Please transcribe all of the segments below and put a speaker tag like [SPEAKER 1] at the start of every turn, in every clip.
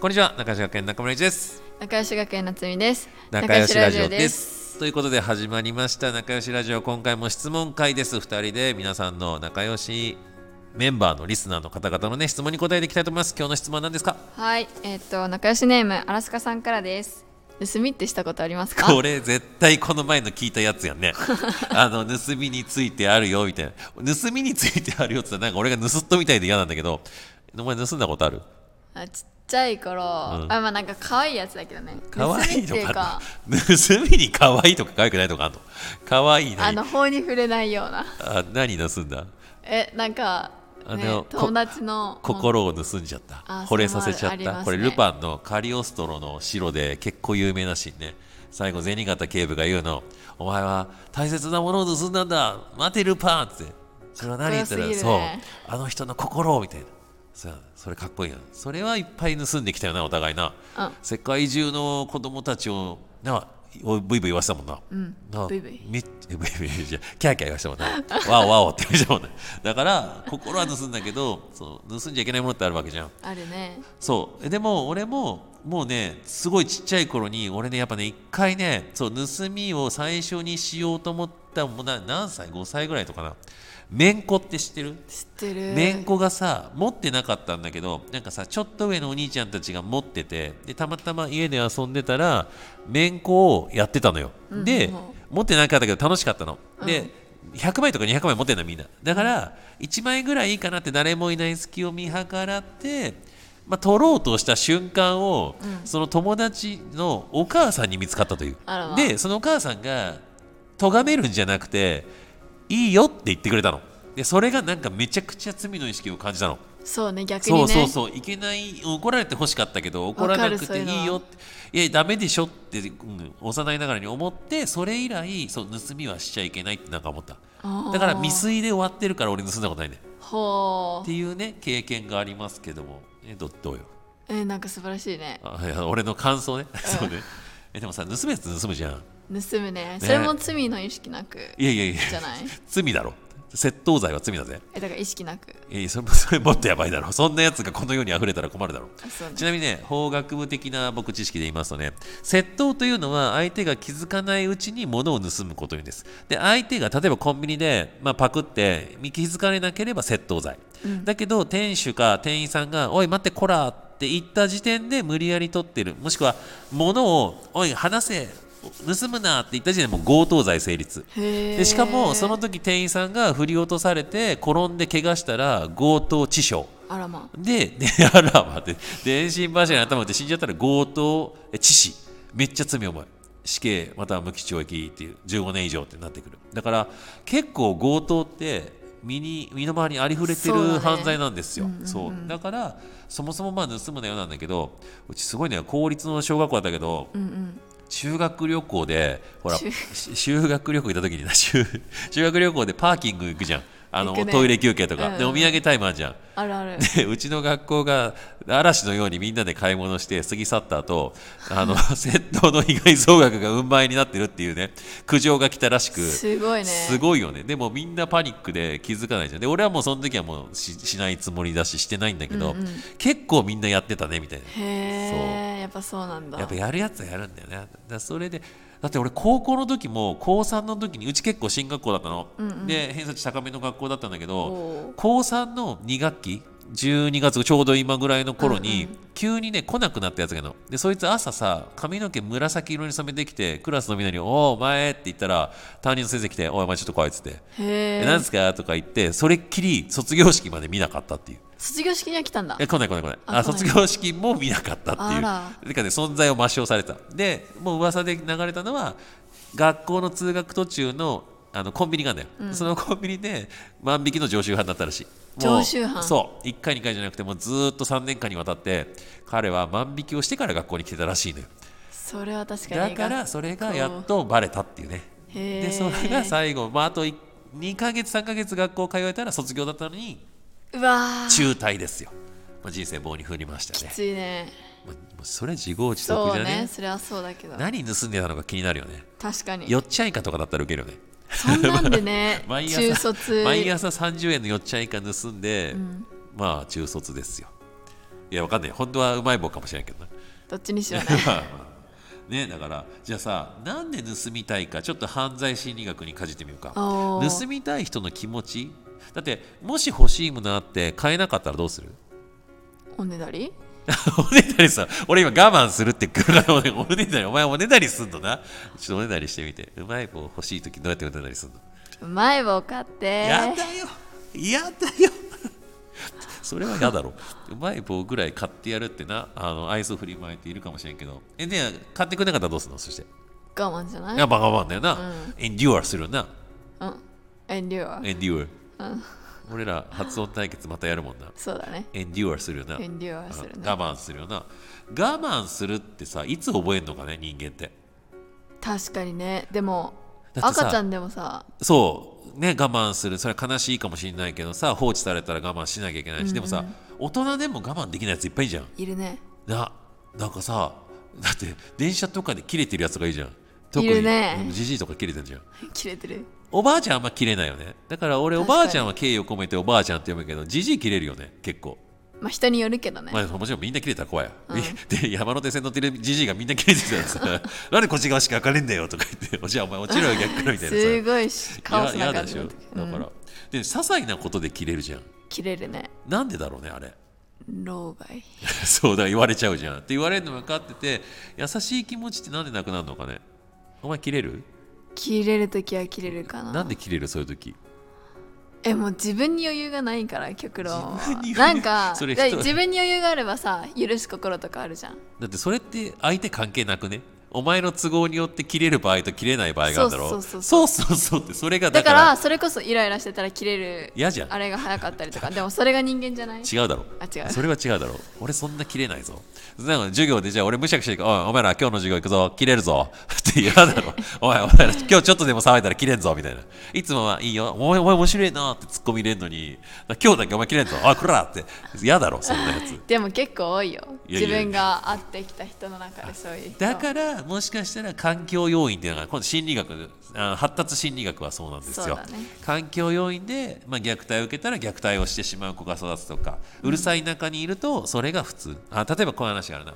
[SPEAKER 1] こんにちは中吉学園中村一です
[SPEAKER 2] 仲良し学園夏美です
[SPEAKER 1] 仲良しラジオ
[SPEAKER 2] 仲良しラジオ
[SPEAKER 1] で
[SPEAKER 2] です
[SPEAKER 1] ということで始まりました仲良しラジオ今回も質問会です2人で皆さんの仲良しメンバーのリスナーの方々のね質問に答えていきたいと思います今日の質問は何ですか
[SPEAKER 2] はいえっ、と仲良しネームアラスカさんからです盗みってしたことありますか
[SPEAKER 1] これ絶対この前の聞いたやつや んねあの盗みについてあるよみたいな盗みについてあるよって言ったらなんか俺が盗っ人みたいで嫌なんだけどお前盗んだことある
[SPEAKER 2] あちっちゃい頃、
[SPEAKER 1] ん
[SPEAKER 2] あまあなんか可愛いやつだけどね
[SPEAKER 1] 可愛い
[SPEAKER 2] 盗みっていう
[SPEAKER 1] とか
[SPEAKER 2] か
[SPEAKER 1] あるの 盗みに可愛いとか可愛くないとかあるの可愛いな
[SPEAKER 2] あの法に触れないような
[SPEAKER 1] あ何盗んだ
[SPEAKER 2] えなんか、
[SPEAKER 1] あ
[SPEAKER 2] ね
[SPEAKER 1] の、
[SPEAKER 2] 友達の
[SPEAKER 1] 心を盗んじゃった
[SPEAKER 2] あ
[SPEAKER 1] 惚れさせちゃ
[SPEAKER 2] そ
[SPEAKER 1] っ
[SPEAKER 2] れもあ
[SPEAKER 1] た、
[SPEAKER 2] る
[SPEAKER 1] これ
[SPEAKER 2] ありますね
[SPEAKER 1] ルパンのカリオストロの城で結構有名なシーンね最後銭形警部が言うの「お前は大切なものを盗んだんだ待てルパン」ってそれは何言
[SPEAKER 2] か
[SPEAKER 1] っ
[SPEAKER 2] っこ
[SPEAKER 1] たら、
[SPEAKER 2] よすぎる
[SPEAKER 1] そう
[SPEAKER 2] ね
[SPEAKER 1] あの人の心をみたいなそうそれかっこいいなそれはいっぱい盗んできたよなお互いな、
[SPEAKER 2] うん
[SPEAKER 1] 世界中の子供たちをなおブイブイ言わせたもんな、うん
[SPEAKER 2] ブイブイ
[SPEAKER 1] めっえ ブイブイじゃキャーキャー言わしたもんなワオワオって言わしたもんなだから心は盗んだけどそう盗んじゃいけないものってあるわけじゃん
[SPEAKER 2] あるね
[SPEAKER 1] そうえでも俺ももうねすごいちっちゃい頃に俺ねやっぱね一回ねそう盗みを最初にしようと思ったもうな何歳5歳ぐらいとかなめんこって知ってる
[SPEAKER 2] 知ってる
[SPEAKER 1] めんこがさ持ってなかったんだけどなんかさちょっと上のお兄ちゃんたちが持っててでたまたま家で遊んでたらめんこをやってたのよ、
[SPEAKER 2] うん
[SPEAKER 1] で
[SPEAKER 2] うん
[SPEAKER 1] 持ってなかったけど楽しかったの、で100枚とか200枚持ってんのみんなだから1枚ぐらいいいかなって誰もいない隙を見計らって、まあ、取ろうとした瞬間を、その友達のお母さんに見つかったという
[SPEAKER 2] あらま
[SPEAKER 1] でそのお母さんが咎めるんじゃなくていいよって言ってくれたのでそれがなんかめちゃくちゃ罪の意識を感じたの、
[SPEAKER 2] そうね逆にね
[SPEAKER 1] そうそうそういけない怒られてほしかったけど怒らなく
[SPEAKER 2] わかるそう
[SPEAKER 1] て
[SPEAKER 2] いうのはい
[SPEAKER 1] いよっていやダメでしょって、うん、幼いながらに思ってそれ以来そう盗みはしちゃいけないってなんか思った
[SPEAKER 2] あー
[SPEAKER 1] だから未遂で終わってるから俺盗んだことないね
[SPEAKER 2] ほ
[SPEAKER 1] っ
[SPEAKER 2] う
[SPEAKER 1] ていうね経験がありますけどもえどどうよ
[SPEAKER 2] えなんか素晴らしいね
[SPEAKER 1] あいや俺の感 想ねそうねえでもさ盗むやつ盗むじゃん
[SPEAKER 2] 盗むねそれも罪の意識なく
[SPEAKER 1] いやいやいや
[SPEAKER 2] じゃない
[SPEAKER 1] 罪だろ窃盗罪は罪だぜ
[SPEAKER 2] えだから意識なく
[SPEAKER 1] えーそれも それもっとやばいだろそんなやつがこの世に溢れたら困るだろ
[SPEAKER 2] あそうね
[SPEAKER 1] ちなみにね法学部的な僕知識で言いますとね窃盗というのは相手が気づかないうちに物を盗むことを言うんですで相手が例えばコンビニで、まあ、パクって気づかれなければ窃盗罪、だけど店主か店員さんが「おい待ってこら」って言った時点で無理やり取ってるもしくは物を「おい離せ盗むな」って言った時点でもう強盗罪成立
[SPEAKER 2] へ
[SPEAKER 1] でしかもその
[SPEAKER 2] ー
[SPEAKER 1] 時店員さんが振り落とされて転んで怪我したら強盗致傷
[SPEAKER 2] あらま
[SPEAKER 1] でで あらまって電信柱に頭打って死んじゃったら強盗え致死めっちゃ罪重い死刑または無期懲役っていう15年以上ってなってくるだから結構強盗って身に身の回りにありふれて
[SPEAKER 2] そうだ
[SPEAKER 1] る
[SPEAKER 2] ね
[SPEAKER 1] 犯罪なんですよそう,、だからそもそもまあ盗むなよなんだけどうちすごいね公立の小学校だったけど、
[SPEAKER 2] うんうん
[SPEAKER 1] 修学旅行でほら
[SPEAKER 2] 修
[SPEAKER 1] し修学旅行行った時にな修 修学旅行でパーキング行くじゃんあの、
[SPEAKER 2] 行くね
[SPEAKER 1] トイレ休憩とか、
[SPEAKER 2] うんうん
[SPEAKER 1] でお土産タイマーじゃん
[SPEAKER 2] あるある
[SPEAKER 1] で うちの学校が嵐のようにみんなで買い物して過ぎ去った後あ の窃盗の被害総額がうん倍になってるっていうね苦情が来たらしく
[SPEAKER 2] すごいね
[SPEAKER 1] すごいよねでもみんなパニックで気づかないじゃんで俺はもうその時はもうししないつもりだししてないんだけど、
[SPEAKER 2] うんうん
[SPEAKER 1] 結構みんなやってたねみたいな
[SPEAKER 2] へえやっぱそうなんだ
[SPEAKER 1] やっぱやるやつはやるんだよねだからそれでだって俺高校の時も高3の時にうち結構進学校だったの、で偏差値高めの学校だったんだけど
[SPEAKER 2] おー
[SPEAKER 1] 高3の2学期12月ちょうど今ぐらいの頃に、急にね来なくなったやつがいるのでそいつ朝さ髪の毛紫色に染めてきてクラスのみんなに「おおお前」って言ったら担任の先生来て「おいお前ちょっと怖い」っつって「
[SPEAKER 2] へ
[SPEAKER 1] え
[SPEAKER 2] え
[SPEAKER 1] 何すか?」とか言ってそれっきり卒業式まで見なかったっていう。
[SPEAKER 2] 卒業式には来たんだ
[SPEAKER 1] え来ない来ない来ないあ
[SPEAKER 2] あ来ない
[SPEAKER 1] 卒業式も見なかったって
[SPEAKER 2] あら
[SPEAKER 1] いうてかね存在を抹消されてたでもう噂で流れたのは学校の通学途中のあのコンビニがあるんだよ、そのコンビニで万引きの常習犯だったらしいもう
[SPEAKER 2] 常習犯
[SPEAKER 1] そう1回2回じゃなくてもうずーっと3年間にわたって彼は万引きをしてから学校に来てたらしいのよ
[SPEAKER 2] それは確か
[SPEAKER 1] だ
[SPEAKER 2] に
[SPEAKER 1] からそれがやっとバレたっていうね
[SPEAKER 2] へー
[SPEAKER 1] でそれが最後、まあ、あと2ヶ月3ヶ月学校通えたら卒業だったのに
[SPEAKER 2] うわー
[SPEAKER 1] 中退ですよ、まあ、人生棒に振りましたね
[SPEAKER 2] きついね
[SPEAKER 1] もうもうそれは自業自得
[SPEAKER 2] そ
[SPEAKER 1] じ
[SPEAKER 2] う
[SPEAKER 1] ゃね
[SPEAKER 2] ねそれはそうだけど
[SPEAKER 1] 何盗んでたのか気になるよね
[SPEAKER 2] 確かに
[SPEAKER 1] よっちゃんいかとかだったら受けるよね
[SPEAKER 2] そんなんでね
[SPEAKER 1] 毎
[SPEAKER 2] 中
[SPEAKER 1] 朝
[SPEAKER 2] 卒
[SPEAKER 1] 毎朝30円のよっちゃんいか盗んで、まあ中卒ですよいやわかんない本当はうまい棒かもしれんけどな
[SPEAKER 2] どっちにしろね
[SPEAKER 1] ねだからじゃあさなんで盗みたいかちょっと犯罪心理学にかじってみようか
[SPEAKER 2] おー
[SPEAKER 1] 盗みたい人の気持ちだってもし欲しいものあって買えなかったらどうする
[SPEAKER 2] おねだり
[SPEAKER 1] おねだりさ俺今我慢するって言うから 俺おねだりお前おねだりすんのなちょっとおねだりしてみてうまい棒欲しい時どうやっておねだりすんの、
[SPEAKER 2] うまい棒買って
[SPEAKER 1] やだよやだよ それはやだろうまい棒ぐらい買ってやるってなあの愛想振りまいているかもしれんけどえで買ってくれなかったらどうすんのそして
[SPEAKER 2] 我慢じゃない
[SPEAKER 1] やっぱ我慢だよな、エンデュアするよな
[SPEAKER 2] うん遠慮は
[SPEAKER 1] エンデュア、俺ら発音対決またやるもんな
[SPEAKER 2] そうだね
[SPEAKER 1] エンデュアするよな
[SPEAKER 2] 遠慮はする
[SPEAKER 1] うん
[SPEAKER 2] ね
[SPEAKER 1] 我慢するよな我慢するってさいつ覚えんのかね人間って
[SPEAKER 2] 確かにねでも
[SPEAKER 1] だってさ
[SPEAKER 2] 赤ちゃんでもさ
[SPEAKER 1] そうね我慢するそれは悲しいかもしれないけどさ放置されたら我慢しなきゃいけないし、でもさ大人でも我慢できないやついっぱいいるじゃん
[SPEAKER 2] いるね
[SPEAKER 1] ななんかさだって電車とかで切れてるやつがいいじゃん特
[SPEAKER 2] いるね
[SPEAKER 1] じじいとか切れてるじゃん
[SPEAKER 2] 切れてる
[SPEAKER 1] おばあちゃんあんま切れないよねだから俺お
[SPEAKER 2] 確かに
[SPEAKER 1] ばあちゃんは敬意を込めておばあちゃんって呼ぶけどじじい切れるよね結構
[SPEAKER 2] まあ人によるけどね、
[SPEAKER 1] まあ、もちろんみんな切れたら怖いや、で山手線乗ってるじじいがみんな切れてたらさ 「なんでこっち側しか開かねえんだよ」とか言って「おじゃあお前落ちろよ逆から」みたいなさ
[SPEAKER 2] すごいしカオス
[SPEAKER 1] いや嫌
[SPEAKER 2] な
[SPEAKER 1] で
[SPEAKER 2] 感じ
[SPEAKER 1] しょ
[SPEAKER 2] の
[SPEAKER 1] だか
[SPEAKER 2] 時
[SPEAKER 1] ら、
[SPEAKER 2] うん
[SPEAKER 1] で些細なことで切れるじゃん
[SPEAKER 2] 切れるね
[SPEAKER 1] なんでだろうねあれ
[SPEAKER 2] 老害
[SPEAKER 1] そうだ言われちゃうじゃんって言われるの分かってて優しい気持ちってなんでなくなるのかねお前切れる
[SPEAKER 2] 切れる時は切れるかな
[SPEAKER 1] なんで切れるそういう時
[SPEAKER 2] えもう自分に余裕がないから極論
[SPEAKER 1] 自分に余裕
[SPEAKER 2] なんか
[SPEAKER 1] それ
[SPEAKER 2] だ
[SPEAKER 1] 人
[SPEAKER 2] 自分に余裕があればさ許す心とかあるじゃん
[SPEAKER 1] だってそれって相手関係なくねお前の都合によって切れる場合と切れない場合があるだろ
[SPEAKER 2] そうそ
[SPEAKER 1] そう
[SPEAKER 2] う
[SPEAKER 1] そうそうってそれが
[SPEAKER 2] だ
[SPEAKER 1] だ
[SPEAKER 2] か
[SPEAKER 1] からら
[SPEAKER 2] それこそイライラしてたら切れる
[SPEAKER 1] 嫌じゃん
[SPEAKER 2] あれが早かったりとかでもそれが人間じゃない
[SPEAKER 1] 違うだろ
[SPEAKER 2] あ違う
[SPEAKER 1] それは違うだろ俺そんな切れないぞなんか授業でじゃあ俺むしゃくしゃ行くおいお前ら今日の授業行くぞ切れるぞ って嫌だろおいお前ら今日ちょっとでも騒いだら切れんぞみたいないつもはいいよお前お前面白いなってツッコミ入れんのに今日だけお前切れんぞおいこらって嫌だろそんなやつ
[SPEAKER 2] でも結構多いよ
[SPEAKER 1] いやいや
[SPEAKER 2] 自分が会ってきた人の中でそういう人
[SPEAKER 1] だからもしかしたら環境要因っていうのが今度心理学あ発達心理学はそうなんです
[SPEAKER 2] そう
[SPEAKER 1] よ、
[SPEAKER 2] だね
[SPEAKER 1] 環境要因で、まあ、虐待を受けたら虐待をしてしまう子が育つとかうるさい中にいるとそれが普通あ例えばこういう話があるな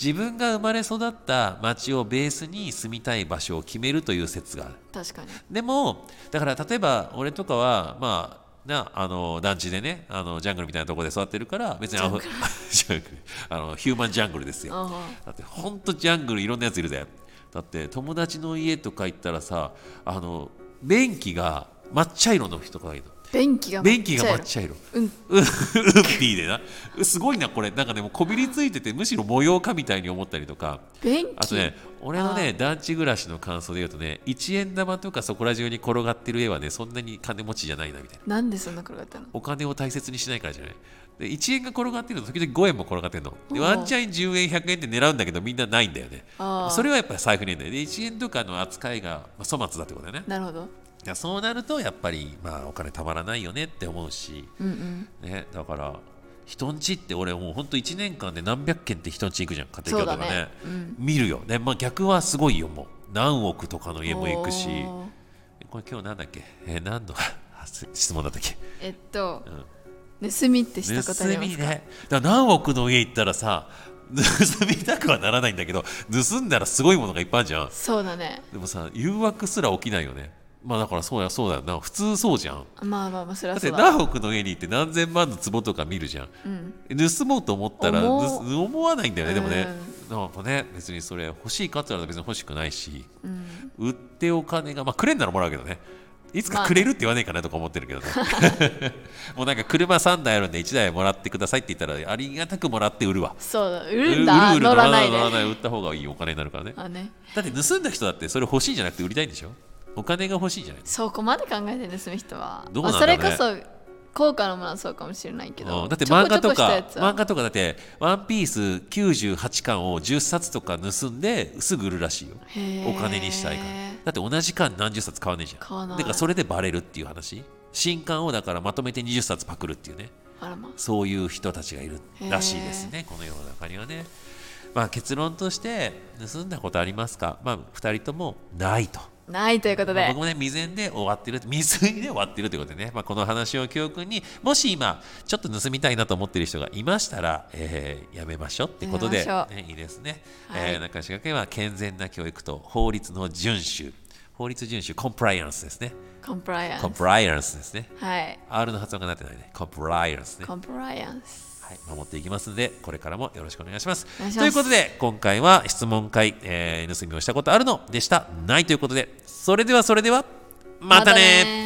[SPEAKER 1] 自分が生まれ育った町をベースに住みたい場所を決めるという説がある
[SPEAKER 2] 確かに
[SPEAKER 1] でもだから例えば俺とかはまあなあの団地でねあのジャングルみたいなところで育ってるから別にあの ジャングルあのヒューマンジャングルですよ
[SPEAKER 2] うんうん
[SPEAKER 1] だってほんとジャングルいろんなやついるぜだって友達の家とか行ったらさあの便器が抹茶色の人がいるの
[SPEAKER 2] 便器が
[SPEAKER 1] 便器が抹
[SPEAKER 2] っち
[SPEAKER 1] 茶
[SPEAKER 2] ゃ
[SPEAKER 1] 色
[SPEAKER 2] ううん
[SPEAKER 1] うん、うんぴーでなすごいなこれなんかでもこびりついててむしろ模様かみたいに思ったりとか
[SPEAKER 2] 便器
[SPEAKER 1] あとね俺のね団地暮らしの感想で言うとね一円玉とかそこら中に転がってる家はねそんなに金持ちじゃないなみたいな
[SPEAKER 2] なんでそんなことがあったの
[SPEAKER 1] お金を大切にしないからじゃないで1円が転がってるの時々5円も転がってるので
[SPEAKER 2] おう
[SPEAKER 1] ワンチャイン10円100円って狙うんだけどみんなないんだよね
[SPEAKER 2] あー
[SPEAKER 1] それはやっぱり財布にいいんだよで1円とかの扱いが、まあ、粗末だってことだよね
[SPEAKER 2] なるほど
[SPEAKER 1] いやそうなるとやっぱり、まあ、お金たまらないよねって思うし、
[SPEAKER 2] うんうん
[SPEAKER 1] ね、だから人んちって俺もうほんと1年間で何百件って人んち行くじゃん家庭教とかね
[SPEAKER 2] そうだねう
[SPEAKER 1] 見るよで、まあ、逆はすごいよもう何億とかの家も行くし
[SPEAKER 2] おー
[SPEAKER 1] これ今日なんだっけ、えー何の 質問だったっけ
[SPEAKER 2] えっと、盗みってしたことあり
[SPEAKER 1] 盗
[SPEAKER 2] ま
[SPEAKER 1] み
[SPEAKER 2] す
[SPEAKER 1] ねだから何億の家行ったらさ 盗みたくはならないんだけど盗んだらすごいものがいっぱいあるじゃん
[SPEAKER 2] そうだね
[SPEAKER 1] でもさ誘惑すら起きないよねまあだからそうやそうだよな普通そうじゃん
[SPEAKER 2] まあまあまあそれ
[SPEAKER 1] だ
[SPEAKER 2] は
[SPEAKER 1] っ
[SPEAKER 2] そ
[SPEAKER 1] て
[SPEAKER 2] うだ
[SPEAKER 1] 何億の家に行って何千万の壺とか見るじゃん、
[SPEAKER 2] うん
[SPEAKER 1] 盗もうと思ったら
[SPEAKER 2] 思う
[SPEAKER 1] 盗思わないんだよねでもね、なんかね別にそれ欲しいかって言われたら別に欲しくないし、売ってお金がまあくれんならもらうけどねいつ
[SPEAKER 2] まあ
[SPEAKER 1] か
[SPEAKER 2] ね
[SPEAKER 1] くれるって言わねえかなとか思ってるけどね もうなんか車3台あるんで1台もらってくださいって言ったらありがたくもらって売るわ
[SPEAKER 2] そうだ売るんだ
[SPEAKER 1] 売る売る
[SPEAKER 2] 乗らないで
[SPEAKER 1] 乗らない売った方がいいお金になるからね
[SPEAKER 2] あね
[SPEAKER 1] だって盗んだ人だってそれ欲しいんじゃなくて売りたいんでしょお金が欲しいんじゃない
[SPEAKER 2] そこまで考えて盗む人は、
[SPEAKER 1] どう
[SPEAKER 2] ま
[SPEAKER 1] な
[SPEAKER 2] あ、
[SPEAKER 1] んだ
[SPEAKER 2] そ
[SPEAKER 1] ろう
[SPEAKER 2] れ
[SPEAKER 1] ね
[SPEAKER 2] こそ高価なものはそうかもしれないけ
[SPEAKER 1] う
[SPEAKER 2] ど
[SPEAKER 1] んだって漫画と
[SPEAKER 2] ちょこちょこした
[SPEAKER 1] か
[SPEAKER 2] やつは
[SPEAKER 1] 漫画とかだって「ワンピース98巻を10冊とか盗んですぐ売るらしいよ
[SPEAKER 2] へー
[SPEAKER 1] お金にしたいからだって同じ巻何十冊買わねえじゃん
[SPEAKER 2] 買わない
[SPEAKER 1] だからそれでバレるっていう話新刊をだからまとめて20冊パクるっていうね
[SPEAKER 2] あらま
[SPEAKER 1] そういう人たちがいるらしいですね、この世の中にはね。まあ、結論として、盗んだことありますか、まあ、2人ともないと
[SPEAKER 2] ないということ
[SPEAKER 1] まあ
[SPEAKER 2] で
[SPEAKER 1] 僕。もね未然で終わってる未遂で終わってるということでね、まあ、この話を教訓にもし今ちょっと盗みたいなと思ってる人がいましたら、えーやめましょうってことで、
[SPEAKER 2] やめまし
[SPEAKER 1] ね、
[SPEAKER 2] ょ
[SPEAKER 1] いいですね、
[SPEAKER 2] はい
[SPEAKER 1] えー中島家は健全な教育と法律の遵守法律遵守コンプライアンスですね
[SPEAKER 2] コンプライアン
[SPEAKER 1] コン
[SPEAKER 2] ス。
[SPEAKER 1] プライアンスですね
[SPEAKER 2] はい。
[SPEAKER 1] R の発音がなってないねコンプライアンスね
[SPEAKER 2] コンプライアンス。
[SPEAKER 1] はい、守っていきますので、これからもよろしくお願いします。
[SPEAKER 2] お願いし
[SPEAKER 1] と
[SPEAKER 2] ます
[SPEAKER 1] いうことで、今回は質問会、えー盗みをしたことあるのでした、ないということで、それではそれでは、またね
[SPEAKER 2] ー